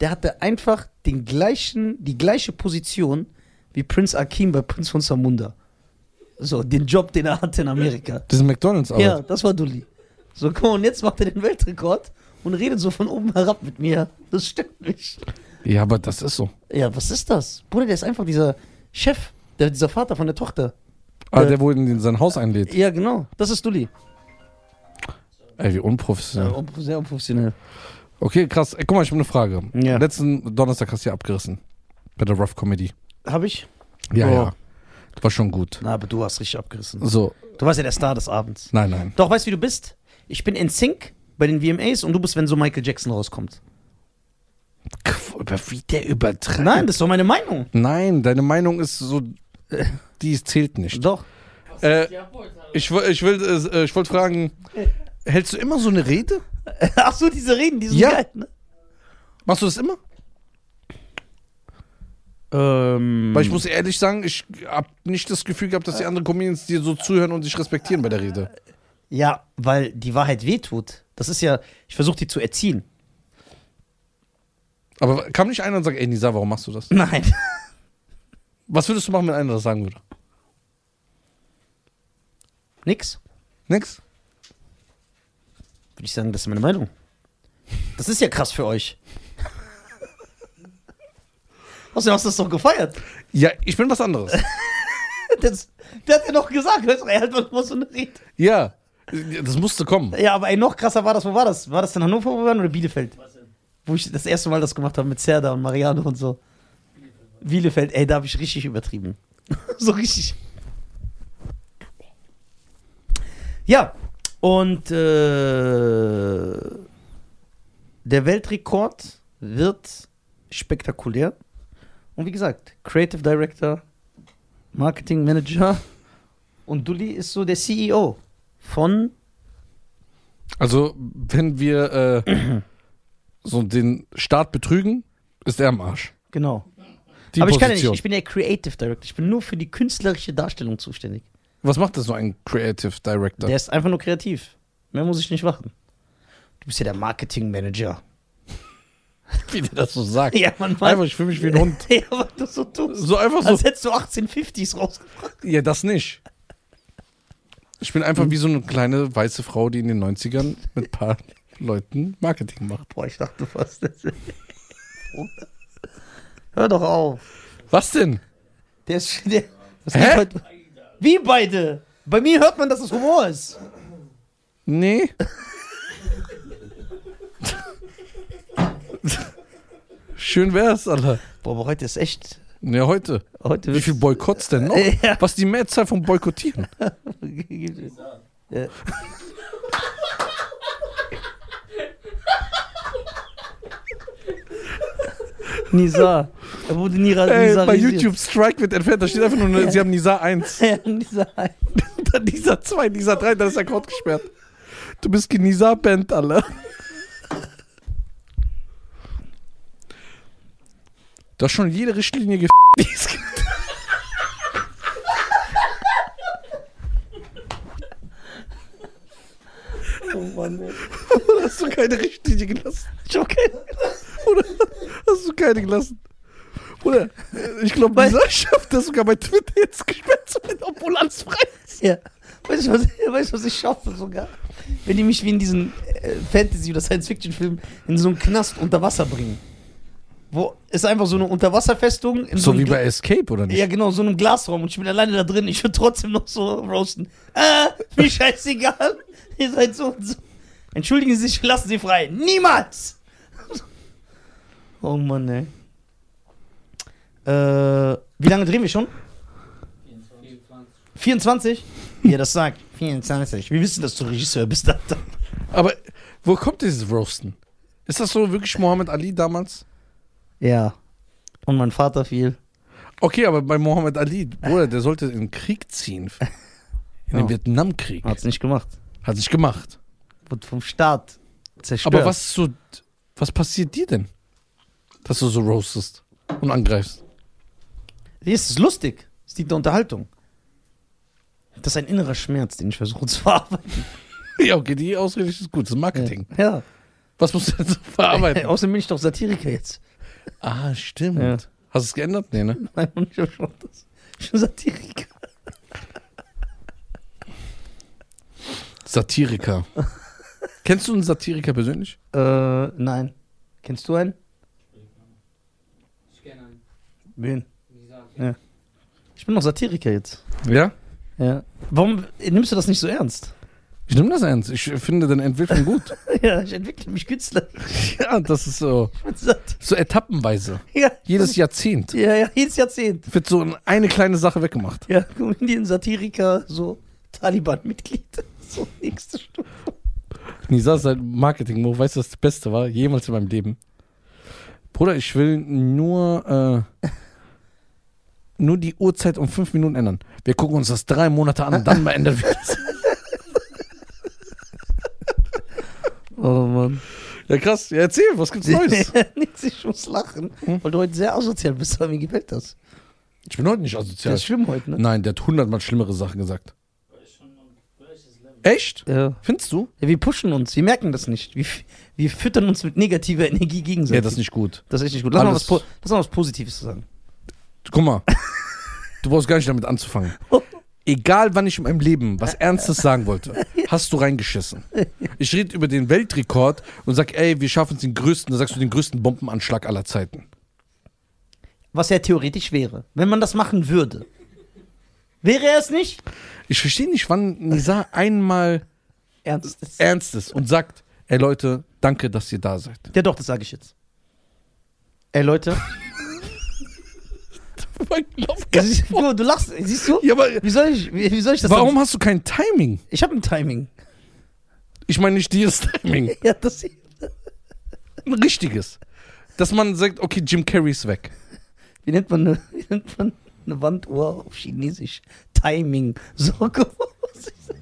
Speaker 1: der hatte einfach den gleichen, die gleiche Position wie Prinz Akim bei Prinz von Samunda. So, den Job, den er hatte in Amerika.
Speaker 2: Diese McDonalds-Arbeit.
Speaker 1: Ja, das war Dulli. So, guck mal, und jetzt macht er den Weltrekord und redet so von oben herab mit mir. Das stimmt nicht.
Speaker 2: ja, aber das ist so.
Speaker 1: Ja, was ist das? Bruder, der ist einfach dieser Chef, der, dieser Vater von der Tochter.
Speaker 2: Ah,
Speaker 1: Äh,
Speaker 2: der, wo ihn in sein Haus einlädt.
Speaker 1: Ja, genau. Das ist Dulli.
Speaker 2: Ey, wie
Speaker 1: Ja.
Speaker 2: unprofessionell.
Speaker 1: un- sehr unprofessionell.
Speaker 2: Okay, krass. Ey, guck mal, ich habe eine Frage.
Speaker 1: Ja.
Speaker 2: Letzten Donnerstag hast du ja abgerissen. Bei der Rough Comedy.
Speaker 1: Habe ich?
Speaker 2: Ja,
Speaker 1: Oh.
Speaker 2: ja. War schon gut.
Speaker 1: Na, aber du hast richtig abgerissen.
Speaker 2: So,
Speaker 1: Du warst ja der Star des Abends.
Speaker 2: nein, nein.
Speaker 1: Doch, weißt du, wie du bist? Ich bin in Sync bei den VMAs und du bist, wenn so Michael Jackson rauskommt.
Speaker 2: Qu- über- Wie der übertreibt.
Speaker 1: Nein, das ist doch meine Meinung.
Speaker 2: Nein, deine Meinung ist so. Die zählt nicht.
Speaker 1: Doch.
Speaker 3: Was
Speaker 2: Äh,
Speaker 3: ist die Abholt?
Speaker 2: Ich, wo- ich, will, äh, ich wollte fragen, hältst du immer so eine Rede?
Speaker 1: Ach so, diese Reden, die sind
Speaker 2: Ja.
Speaker 1: geil. Ne?
Speaker 2: Machst du das immer?
Speaker 1: Ähm,
Speaker 2: Weil ich muss ehrlich sagen, ich habe nicht das Gefühl gehabt, dass die anderen Comedians dir so zuhören und dich respektieren bei der Rede.
Speaker 1: ja, weil die Wahrheit wehtut. Das ist ja, ich versuche die zu erziehen.
Speaker 2: Aber kam nicht einer und sagt, ey Nisa, warum machst du das?
Speaker 1: Nein.
Speaker 2: Was würdest du machen, wenn einer das sagen würde?
Speaker 1: Nix.
Speaker 2: Nix?
Speaker 1: Würde ich sagen, das ist meine Meinung. Das ist ja krass für euch. Außerdem hast du das doch gefeiert.
Speaker 2: Ja, ich bin was anderes.
Speaker 1: Das, der hat ja noch gesagt, hörst du, er hat was so eine Rede.
Speaker 2: ja, das musste kommen.
Speaker 1: Ja, aber ey, noch krasser war das, wo war das? War das in Hannover wo wir waren oder Bielefeld?
Speaker 3: Was denn?
Speaker 1: Wo ich das erste Mal das gemacht habe mit Serda und Mariano und so. Bielefeld, ey, da habe ich richtig übertrieben. so richtig. Ja, und äh, der Weltrekord wird spektakulär. Und wie gesagt, Creative Director, Marketing Manager und Dulli ist so der CEO von
Speaker 2: Also, wenn wir äh, so den Staat betrügen, ist er am Arsch.
Speaker 1: Genau.
Speaker 2: Die
Speaker 1: Aber ich kann ja nicht,
Speaker 2: Position.
Speaker 1: ich bin ja Creative Director. Ich bin nur für die künstlerische Darstellung zuständig.
Speaker 2: was macht das so ein Creative Director?
Speaker 1: Der ist einfach nur kreativ. Mehr muss ich nicht machen. Du bist ja der Marketing Manager.
Speaker 2: wie der das so sagt.
Speaker 1: Ja, man
Speaker 2: Einfach, ich fühle mich wie ein Hund.
Speaker 1: ja, weil du so tust.
Speaker 2: So einfach so.
Speaker 1: Als hättest du 1850s rausgebracht.
Speaker 2: Ja, das nicht. Ich bin
Speaker 1: Hm.
Speaker 2: einfach wie so eine kleine weiße Frau, die in den 90ern mit ein paar Leuten Marketing macht.
Speaker 1: Boah, ich dachte fast. Das Hör doch auf.
Speaker 2: Was denn?
Speaker 1: Der ist. Der, das
Speaker 2: Hä?
Speaker 1: liegt heute- Wie beide? Bei mir hört man, dass es Humor ist.
Speaker 2: Nee. Schön wär's, Alter.
Speaker 1: Boah, aber heute ist echt.
Speaker 2: Ja, heute.
Speaker 1: Heute
Speaker 2: Wie viel Boykotts denn noch?
Speaker 1: Ja.
Speaker 2: Was ist die Mehrzahl von Boykottieren? Äh,
Speaker 1: wird's-
Speaker 3: Ja.
Speaker 1: Nisa. Er wurde Nira,
Speaker 2: Ey, bei
Speaker 1: Nisarisiert.
Speaker 2: YouTube Strike wird entfernt. Da steht einfach nur, ne- sie haben Nisa 1.
Speaker 1: Ja, Nisa.
Speaker 2: Dann Nisa 2, Nisa 3, dann ist der Account gesperrt. Du bist die Nisa-Band, Alter. Du hast schon jede Richtlinie gef... die es gibt.
Speaker 1: Oh Mann, ey.
Speaker 2: Oder hast du keine Richtlinie gelassen?
Speaker 1: Ich hab keinen.
Speaker 2: Oder hast du keine gelassen? Oder äh, ich glaube,
Speaker 1: Weil-
Speaker 2: Nisa schafft das sogar bei Twitter jetzt gesperrt zu werden, obwohl alles frei ist.
Speaker 1: Ja. Weißt du, was, weißt, du, was ich schaffe sogar? Wenn die mich wie in diesen äh, Fantasy- oder Science-Fiction-Filmen in so einen Knast unter Wasser bringen. Wo ist einfach so eine Unterwasserfestung. In einem Gla-
Speaker 2: Escape, oder
Speaker 1: Ja, genau, so einem Glasraum und ich bin alleine da drin. Ich würde trotzdem noch so roasten. Äh, mir scheißegal. Ihr seid so und so. Entschuldigen Sie sich, lassen Sie frei. Niemals! Oh Mann, ey. Äh, wie lange drehen wir schon?
Speaker 3: 24.
Speaker 1: 24? Ja, das sagt. 24. Wir wissen, dass du Regisseur bist, Alter.
Speaker 2: Aber wo kommt dieses Roasten? Ist das so wirklich Mohammed Ali damals?
Speaker 1: Ja. Und mein Vater viel.
Speaker 2: Okay, aber bei Mohammed Ali, Bruder, der sollte in den Krieg ziehen. In den
Speaker 1: Ja.
Speaker 2: Vietnamkrieg.
Speaker 1: Hat's nicht gemacht.
Speaker 2: Hat sich gemacht.
Speaker 1: Wurde vom Staat zerstört.
Speaker 2: Aber was ist so, was passiert dir denn? Dass du so roastest und angreifst.
Speaker 1: Nee, es ist lustig. Es dient der Unterhaltung. Das ist ein innerer Schmerz, den ich versuche zu verarbeiten.
Speaker 2: Ja, okay, die Ausrede ist gut. Das ist Marketing.
Speaker 1: Ja.
Speaker 2: Was musst du denn so
Speaker 1: Hey,
Speaker 2: verarbeiten?
Speaker 1: außerdem bin ich doch Satiriker jetzt.
Speaker 2: ah, stimmt.
Speaker 1: Ja.
Speaker 2: Hast du es geändert? Nee, ne?
Speaker 1: Nein, und ich hab schon das. Ich bin Satiriker.
Speaker 2: Satiriker. Kennst du einen Satiriker persönlich?
Speaker 1: Äh, nein. Kennst du einen?
Speaker 3: Ich kenne einen.
Speaker 1: Wen?
Speaker 3: Die sagen,
Speaker 1: Ja. Ich bin doch Satiriker jetzt.
Speaker 2: Ja?
Speaker 1: Ja. Warum nimmst du das nicht so ernst?
Speaker 2: Ich nehme das ernst. Ich finde deine Entwicklung gut.
Speaker 1: ja, ich entwickle mich künstlerisch.
Speaker 2: ja, das ist so,
Speaker 1: Ich bin satt.
Speaker 2: so etappenweise.
Speaker 1: Ja,
Speaker 2: Jedes Jahrzehnt
Speaker 1: ja, ja, jedes Jahrzehnt.
Speaker 2: wird so eine kleine Sache weggemacht.
Speaker 1: Ja, Comedian, Satiriker, so Taliban-Mitglied. So, nächste Stufe.
Speaker 2: Nisa ist halt marketing move Weißt du, was das Beste war? Jemals in meinem Leben. Bruder, ich will nur, äh, nur die Uhrzeit um fünf Minuten ändern. Wir gucken uns das drei Monate an und dann mal ändern wir das.
Speaker 1: Oh Mann.
Speaker 2: Ja, krass. Ja, erzähl, was gibt's Neues?
Speaker 1: Nix, ich muss lachen,
Speaker 2: Hm?
Speaker 1: weil du heute sehr asozial bist, aber mir gefällt das.
Speaker 2: Ich bin heute nicht
Speaker 1: Das
Speaker 2: asozial.
Speaker 1: ist schlimm heute, ne?
Speaker 2: Nein, der hat hundertmal schlimmere Sachen gesagt.
Speaker 3: Das ist schon ein gleiches Level.
Speaker 2: Echt?
Speaker 1: Ja.
Speaker 2: Findest du?
Speaker 1: ja. Wir pushen uns, wir merken das nicht. Wir, f- wir füttern uns mit negativer Energie gegenseitig.
Speaker 2: Ja, das ist nicht gut.
Speaker 1: Das ist echt nicht gut. Lass mal,
Speaker 2: Alles-
Speaker 1: was, Po- lass mal was Positives zu sagen.
Speaker 2: Guck mal, du brauchst gar nicht damit anzufangen. Egal, wann ich in meinem Leben was Ernstes sagen wollte, hast du reingeschissen. Ich rede über den Weltrekord und sag, ey, wir schaffen es den größten, da sagst du den größten Bombenanschlag aller Zeiten.
Speaker 1: Was ja theoretisch wäre, wenn man das machen würde. Wäre er es nicht?
Speaker 2: Ich verstehe nicht, wann Nisa einmal
Speaker 1: Ernst. ist-
Speaker 2: ernst ist und sagt, ey Leute, danke, dass ihr da seid.
Speaker 1: Ja doch, das sage ich jetzt. Ey Leute, das ist, du, du lachst, siehst du?
Speaker 2: Ja, aber
Speaker 1: Wie soll ich, wie, wie soll ich das
Speaker 2: warum hast du kein Timing?
Speaker 1: Dann? Ich habe ein Timing.
Speaker 2: Ich meine nicht dieses Timing,
Speaker 1: Ja, das
Speaker 2: ein richtiges. Dass man sagt, okay, Jim Carrey ist weg.
Speaker 1: Wie nennt man eine, wie nennt man eine Wanduhr auf Chinesisch? Timing. So, guck mal, was ich sag.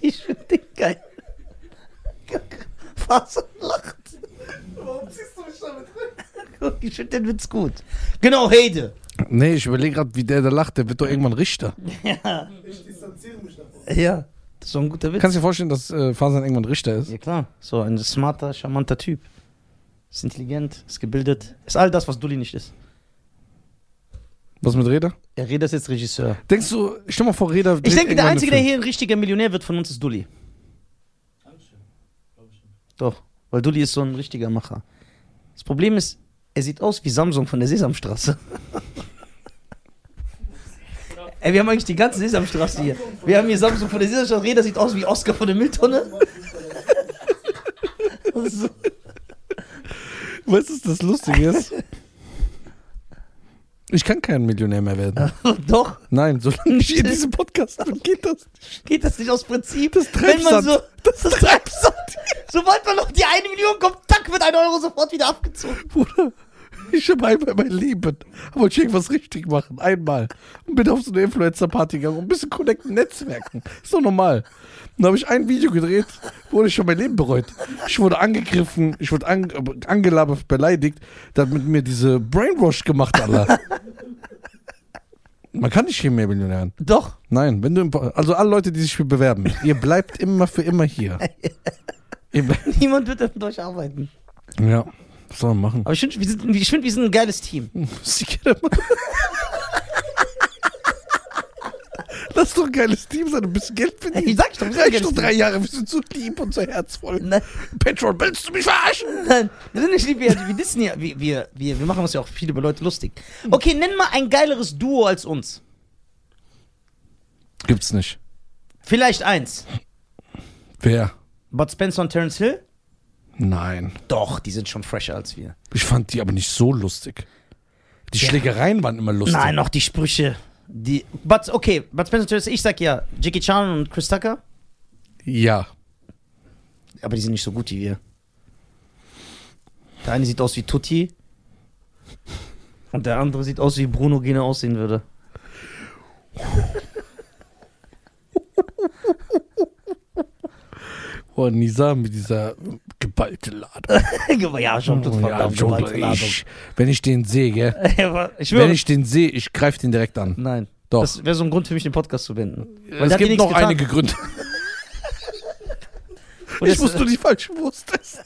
Speaker 1: Ich finde den geil. Faser lacht.
Speaker 3: Warum ziehst du mich damit rein?
Speaker 1: Guck, Ich finde den Witz gut. Genau, Heide.
Speaker 2: Nee, ich überlege gerade, wie der da lacht, der wird doch irgendwann Richter.
Speaker 1: Ja.
Speaker 3: Ich distanziere mich davon.
Speaker 1: Ja, das ist doch ein guter Witz.
Speaker 2: Kannst du dir vorstellen, dass äh, Fasan irgendwann Richter ist?
Speaker 1: ja klar, so ein smarter, charmanter Typ. Ist intelligent, ist gebildet, ist all das, was Dulli nicht ist.
Speaker 2: Was mit Reda?
Speaker 1: Er redet ist jetzt Regisseur.
Speaker 2: Denkst du, ich stell mal vor, Reda.
Speaker 1: Ich denke, der Einzige, der hier ein richtiger Millionär wird von uns, ist Dulli.
Speaker 3: Dankeschön. Glaube ich nicht.
Speaker 1: Doch, weil Dulli ist so ein richtiger Macher. Das Problem ist, er sieht aus wie Samsung von der Sesamstraße. Ey, wir haben eigentlich die ganze Sesamstraße hier. Wir haben hier Samsung von der Sesamstraße. Reda sieht aus wie Oscar von der Mülltonne. So.
Speaker 2: Weißt du, was das Lustige ist? Ich kann kein Millionär mehr werden.
Speaker 1: Doch.
Speaker 2: Nein, solange ich hier diesen Podcast bin, geht das.
Speaker 1: Geht das nicht aus Prinzip?
Speaker 2: Das
Speaker 1: Wenn man so,
Speaker 2: Treibsand.
Speaker 1: das ist Treibsand. Sobald man auf die eine Million kommt, tack, wird ein Euro sofort wieder abgezogen.
Speaker 2: Bruder, ich habe einmal mein Leben. Aber ich irgendwas richtig machen. Einmal. Und bin auf so eine Influencer-Party gegangen und ein bisschen connecten, Netzwerken. Ist doch normal. Dann habe ich ein Video gedreht, wo ich schon mein Leben bereut. Ich wurde angegriffen, ich wurde an, äh, angelabert, beleidigt. Da hat mit mir diese Brainwash gemacht, Allah. Man kann nicht hier mehr Millionären.
Speaker 1: Doch.
Speaker 2: Nein, wenn du im, Po- also alle Leute, die sich hier bewerben, ihr bleibt immer für immer hier. Ihr bleibt,
Speaker 1: Niemand wird mit euch arbeiten.
Speaker 2: ja, was soll man machen?
Speaker 1: Aber ich finde, wir, sind- ich find, wir sind ein geiles Team.
Speaker 2: Musik jeder machen. Lass doch ein geiles Team sein, ein bisschen Geld verdienen.
Speaker 1: Ich sag doch, wir sind ein
Speaker 2: Reicht
Speaker 1: geiles
Speaker 2: doch
Speaker 1: Team.
Speaker 2: drei Jahre, wir sind so lieb und so herzvoll.
Speaker 1: Nein,
Speaker 2: Patreon, willst du mich verarschen?
Speaker 1: nein, wir sind nicht lieb, wir, wir dissen ja, wir, wir, wir, wir machen uns ja auch viel über Leute lustig. Okay, nenn mal ein geileres Duo als uns.
Speaker 2: Gibt's nicht.
Speaker 1: Vielleicht eins.
Speaker 2: Wer?
Speaker 1: Bud Spencer und Terence Hill?
Speaker 2: Nein.
Speaker 1: Doch, die sind schon fresher als wir.
Speaker 2: Ich fand die aber nicht so lustig. Die
Speaker 1: Ja.
Speaker 2: Schlägereien waren immer lustig.
Speaker 1: Nein, noch die Sprüche. Die, but, okay, Bud Spencer und Terence Hill, ich sag ja, Jackie Chan und Chris Tucker,
Speaker 2: Ja.
Speaker 1: aber die sind nicht so gut wie wir. Der eine sieht aus wie Tutti und der andere sieht aus wie Bruno Gene aussehen würde.
Speaker 2: Oh, Nisa mit dieser geballten Ladung.
Speaker 1: ja, schon
Speaker 2: Oh, ja,
Speaker 1: ja,
Speaker 2: ich, wenn ich den sehe, gell?
Speaker 1: ich
Speaker 2: Wenn
Speaker 1: schwöre.
Speaker 2: ich den sehe, ich greife den direkt an.
Speaker 1: Nein.
Speaker 2: Doch.
Speaker 1: Das wäre so ein Grund für mich, den Podcast zu beenden. Weil der
Speaker 2: es
Speaker 1: hat dir
Speaker 2: gibt
Speaker 1: nichts
Speaker 2: noch
Speaker 1: getan.
Speaker 2: einige Gründe.
Speaker 1: Und
Speaker 2: ich
Speaker 1: das-
Speaker 2: muss nur die falsche Wurst essen.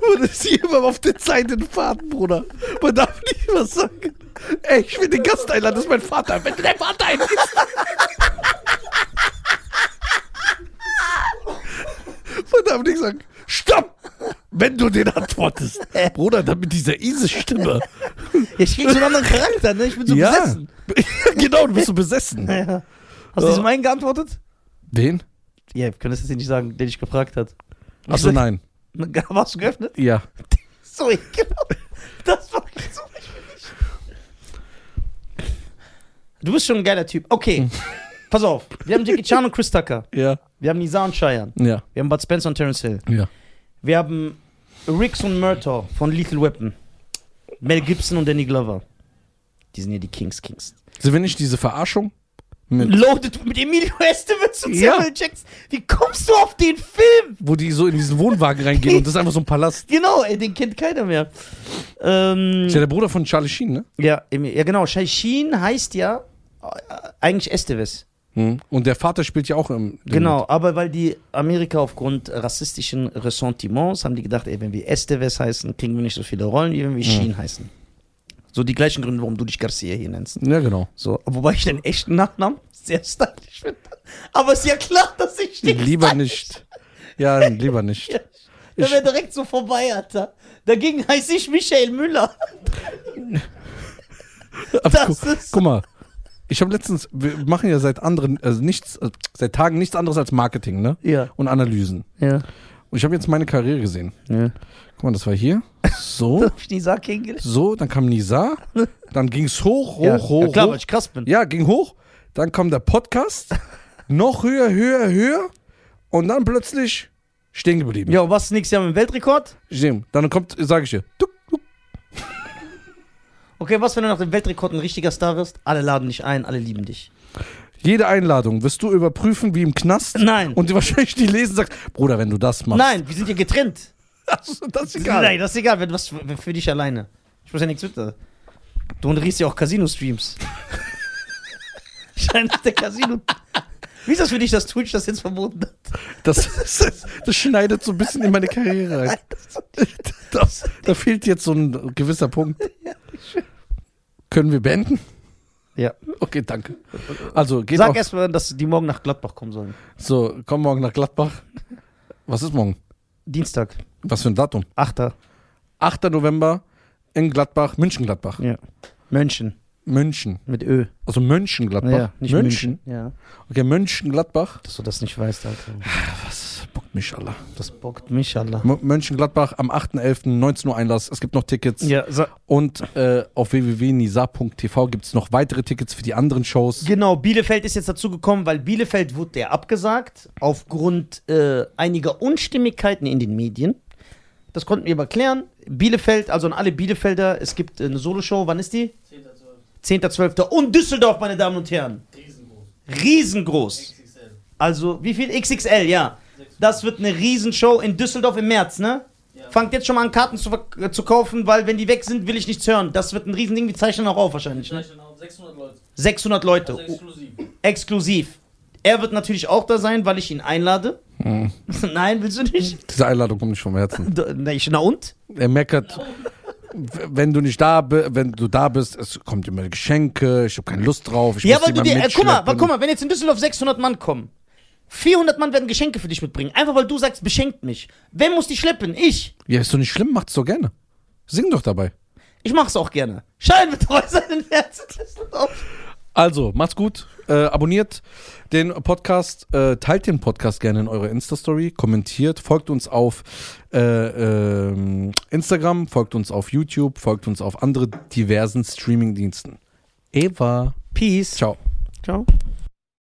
Speaker 2: Bruder, das ist jemand auf der Zeit in Faden, Bruder. Man darf nicht was sagen. Ey, ich will den Gast einladen, das ist mein Vater. Wenn du dein Vater einlädst. Man darf nicht sagen, stopp! Wenn du den antwortest. Bruder, dann mit dieser Ise-Stimme.
Speaker 1: Ja, ich krieg so einen anderen Charakter, ne? Ich bin so
Speaker 2: ja.
Speaker 1: besessen.
Speaker 2: genau, du bist so besessen.
Speaker 1: Ja. Hast du
Speaker 2: Ja.
Speaker 1: diesem einen geantwortet?
Speaker 2: Wen?
Speaker 1: Ja, wir können das jetzt nicht sagen, der dich gefragt hat.
Speaker 2: Achso, nein.
Speaker 1: Warst du geöffnet?
Speaker 2: Ja.
Speaker 1: So, ich glaube, das war nicht so richtig. Du bist schon ein geiler Typ. Okay, pass auf. Wir haben Jackie Chan und Chris Tucker.
Speaker 2: Ja.
Speaker 1: Wir haben Nisa und Cheyenne.
Speaker 2: Ja.
Speaker 1: Wir haben Bud Spencer und Terence Hill.
Speaker 2: Ja.
Speaker 1: Wir haben Rix und Murtaugh von Lethal Weapon. Mel Gibson und Danny Glover. Die sind ja die Kings Kings.
Speaker 2: Sind wir nicht diese Verarschung? Mit,
Speaker 1: Loaded mit Emilio Estevez und
Speaker 2: Ja.
Speaker 1: Samuel Jackson. Wie kommst du auf den Film?
Speaker 2: wo die so in diesen Wohnwagen reingehen und das ist einfach so ein Palast.
Speaker 1: Genau, ey, den kennt keiner mehr.
Speaker 2: Ist ja
Speaker 1: Ähm,
Speaker 2: der Bruder von Charlie Sheen, ne?
Speaker 1: ja, Emi- ja, genau. Shaishin heißt ja äh, eigentlich Estevez.
Speaker 2: Und der Vater spielt ja auch im.
Speaker 1: Genau, aber weil die Amerika aufgrund rassistischen Ressentiments haben die gedacht, ey, wenn wir Estevez heißen, kriegen wir nicht so viele Rollen, wie wenn wir Sheen heißen. So die gleichen Gründe, warum du dich Garcia hier nennst.
Speaker 2: Ja, genau.
Speaker 1: So, wobei ich den echten Nachnamen sehr stylisch finde. Aber ist ja klar, dass ich den
Speaker 2: Lieber nicht. Ja, lieber nicht.
Speaker 1: stylisch- Der wäre direkt so vorbei, Alter. Dagegen heiße ich Michael Müller.
Speaker 2: Aber
Speaker 1: Das
Speaker 2: gu
Speaker 1: ist-
Speaker 2: guck mal, ich habe letztens, wir machen ja seit anderen, also nichts, äh, seit Tagen nichts anderes als Marketing, ne?
Speaker 1: Ja.
Speaker 2: Und Analysen.
Speaker 1: Ja.
Speaker 2: Und ich habe jetzt meine Karriere gesehen.
Speaker 1: ja.
Speaker 2: Guck mal, das war hier. So,
Speaker 1: Hab ich nie Sack hingelegt?
Speaker 2: so, dann kam Nisa, dann ging's hoch, hoch,
Speaker 1: ja.
Speaker 2: hoch,
Speaker 1: ja, klar,
Speaker 2: hoch.
Speaker 1: weil ich krass bin.
Speaker 2: Ja, ging hoch. Dann kam der Podcast, noch höher, höher, höher. Und dann plötzlich stehen geblieben.
Speaker 1: Ja, und was ist nächstes Jahr mit dem Weltrekord?
Speaker 2: Stehen. Dann kommt, sage ich dir, duck, duck.
Speaker 1: Okay, was, wenn du nach dem Weltrekord ein richtiger Star wirst? Alle laden dich ein, alle lieben dich.
Speaker 2: jede Einladung wirst du überprüfen wie im Knast.
Speaker 1: Nein.
Speaker 2: Und dir wahrscheinlich die lesen sagt, Bruder, wenn du das machst.
Speaker 1: Nein, wir sind ja getrennt.
Speaker 2: Also, das ist
Speaker 1: Nein,
Speaker 2: egal.
Speaker 1: das ist egal, wenn was für, für dich alleine. Ich muss ja nichts mit. äh, Du moderierst ja auch Casino-Streams. Scheint der Casino. Wie ist das für dich, dass Twitch das jetzt verboten hat?
Speaker 2: Das, das, das schneidet so ein bisschen in meine Karriere rein. Das, da fehlt jetzt so ein gewisser Punkt. Können wir beenden?
Speaker 1: Ja.
Speaker 2: Okay, danke. Also, geht
Speaker 1: Sag
Speaker 2: auf.
Speaker 1: erstmal, dass die morgen nach Gladbach kommen sollen.
Speaker 2: So, komm morgen nach Gladbach. Was ist morgen?
Speaker 1: Dienstag,
Speaker 2: Was für ein Datum?
Speaker 1: 8.
Speaker 2: 8. November in Gladbach, München-Gladbach.
Speaker 1: Ja. München
Speaker 2: München.
Speaker 1: mit Ö.
Speaker 2: Also München-Gladbach.
Speaker 1: Ja, nicht München.
Speaker 2: München.
Speaker 1: Ja.
Speaker 2: Okay, München-Gladbach.
Speaker 1: Dass du das nicht weißt, Alter.
Speaker 2: Was bockt mich, Allah.
Speaker 1: Das bockt mich, Allah.
Speaker 2: M- Mönchengladbach am 8.11. 19 Uhr Einlass. Es gibt noch Tickets.
Speaker 1: Ja, sa-
Speaker 2: Und äh, auf www.nisa.tv gibt es noch weitere Tickets für die anderen Shows.
Speaker 1: Genau, Bielefeld ist jetzt dazu gekommen, weil Bielefeld wurde ja abgesagt aufgrund äh, einiger Unstimmigkeiten in den Medien. Das konnten wir aber klären. Bielefeld, also an alle Bielefelder, es gibt äh, eine Soloshow, wann ist die?
Speaker 3: 10.12.
Speaker 1: 10.12. und Düsseldorf, meine Damen und Herren.
Speaker 3: Riesengroß.
Speaker 1: Riesengroß.
Speaker 3: XXL.
Speaker 1: Also, wie viel? XXL, ja.
Speaker 3: Sechs-
Speaker 1: Das wird eine Riesenshow in Düsseldorf im März, ne?
Speaker 3: Ja.
Speaker 1: Fangt jetzt schon mal an, Karten zu, verk- äh, zu kaufen, weil wenn die weg sind, will ich nichts hören. Das wird ein Riesending, wir zeichnen auch auf wahrscheinlich, ne?
Speaker 3: Vielleicht dann auch 600 Leute.
Speaker 1: 600 Leute.
Speaker 3: Also exklusiv.
Speaker 1: exklusiv. Er wird natürlich auch da sein, weil ich ihn einlade. Nein, willst du nicht?
Speaker 2: Diese Einladung kommt nicht vom Herzen.
Speaker 1: Da- Na, ich, na und?
Speaker 2: Er meckert, w- wenn du nicht da bist, wenn du da bist, es kommt immer Geschenke, ich habe keine Lust drauf. Ich
Speaker 1: ja,
Speaker 2: muss
Speaker 1: weil du
Speaker 2: die
Speaker 1: dir.
Speaker 2: mal
Speaker 1: Äh, guck, mal,
Speaker 2: mitschleppen.
Speaker 1: wa- guck mal, wenn jetzt in Düsseldorf 600 Mann kommen, 400 Mann werden Geschenke für dich mitbringen. Einfach weil du sagst, beschenkt mich. Wer muss die schleppen? Ich.
Speaker 2: Ja, ist doch nicht schlimm, macht's doch gerne. Sing doch dabei.
Speaker 1: Ich mach's auch gerne. Schein mit seinen Herzen Düsseldorf.
Speaker 2: Also, macht's gut. Äh, abonniert den Podcast, äh, teilt den Podcast gerne in eurer Insta-Story, kommentiert, folgt uns auf äh, ähm, Instagram, folgt uns auf YouTube, folgt uns auf andere diversen Streaming-Diensten. Eva.
Speaker 1: Peace.
Speaker 2: Ciao.
Speaker 1: Ciao.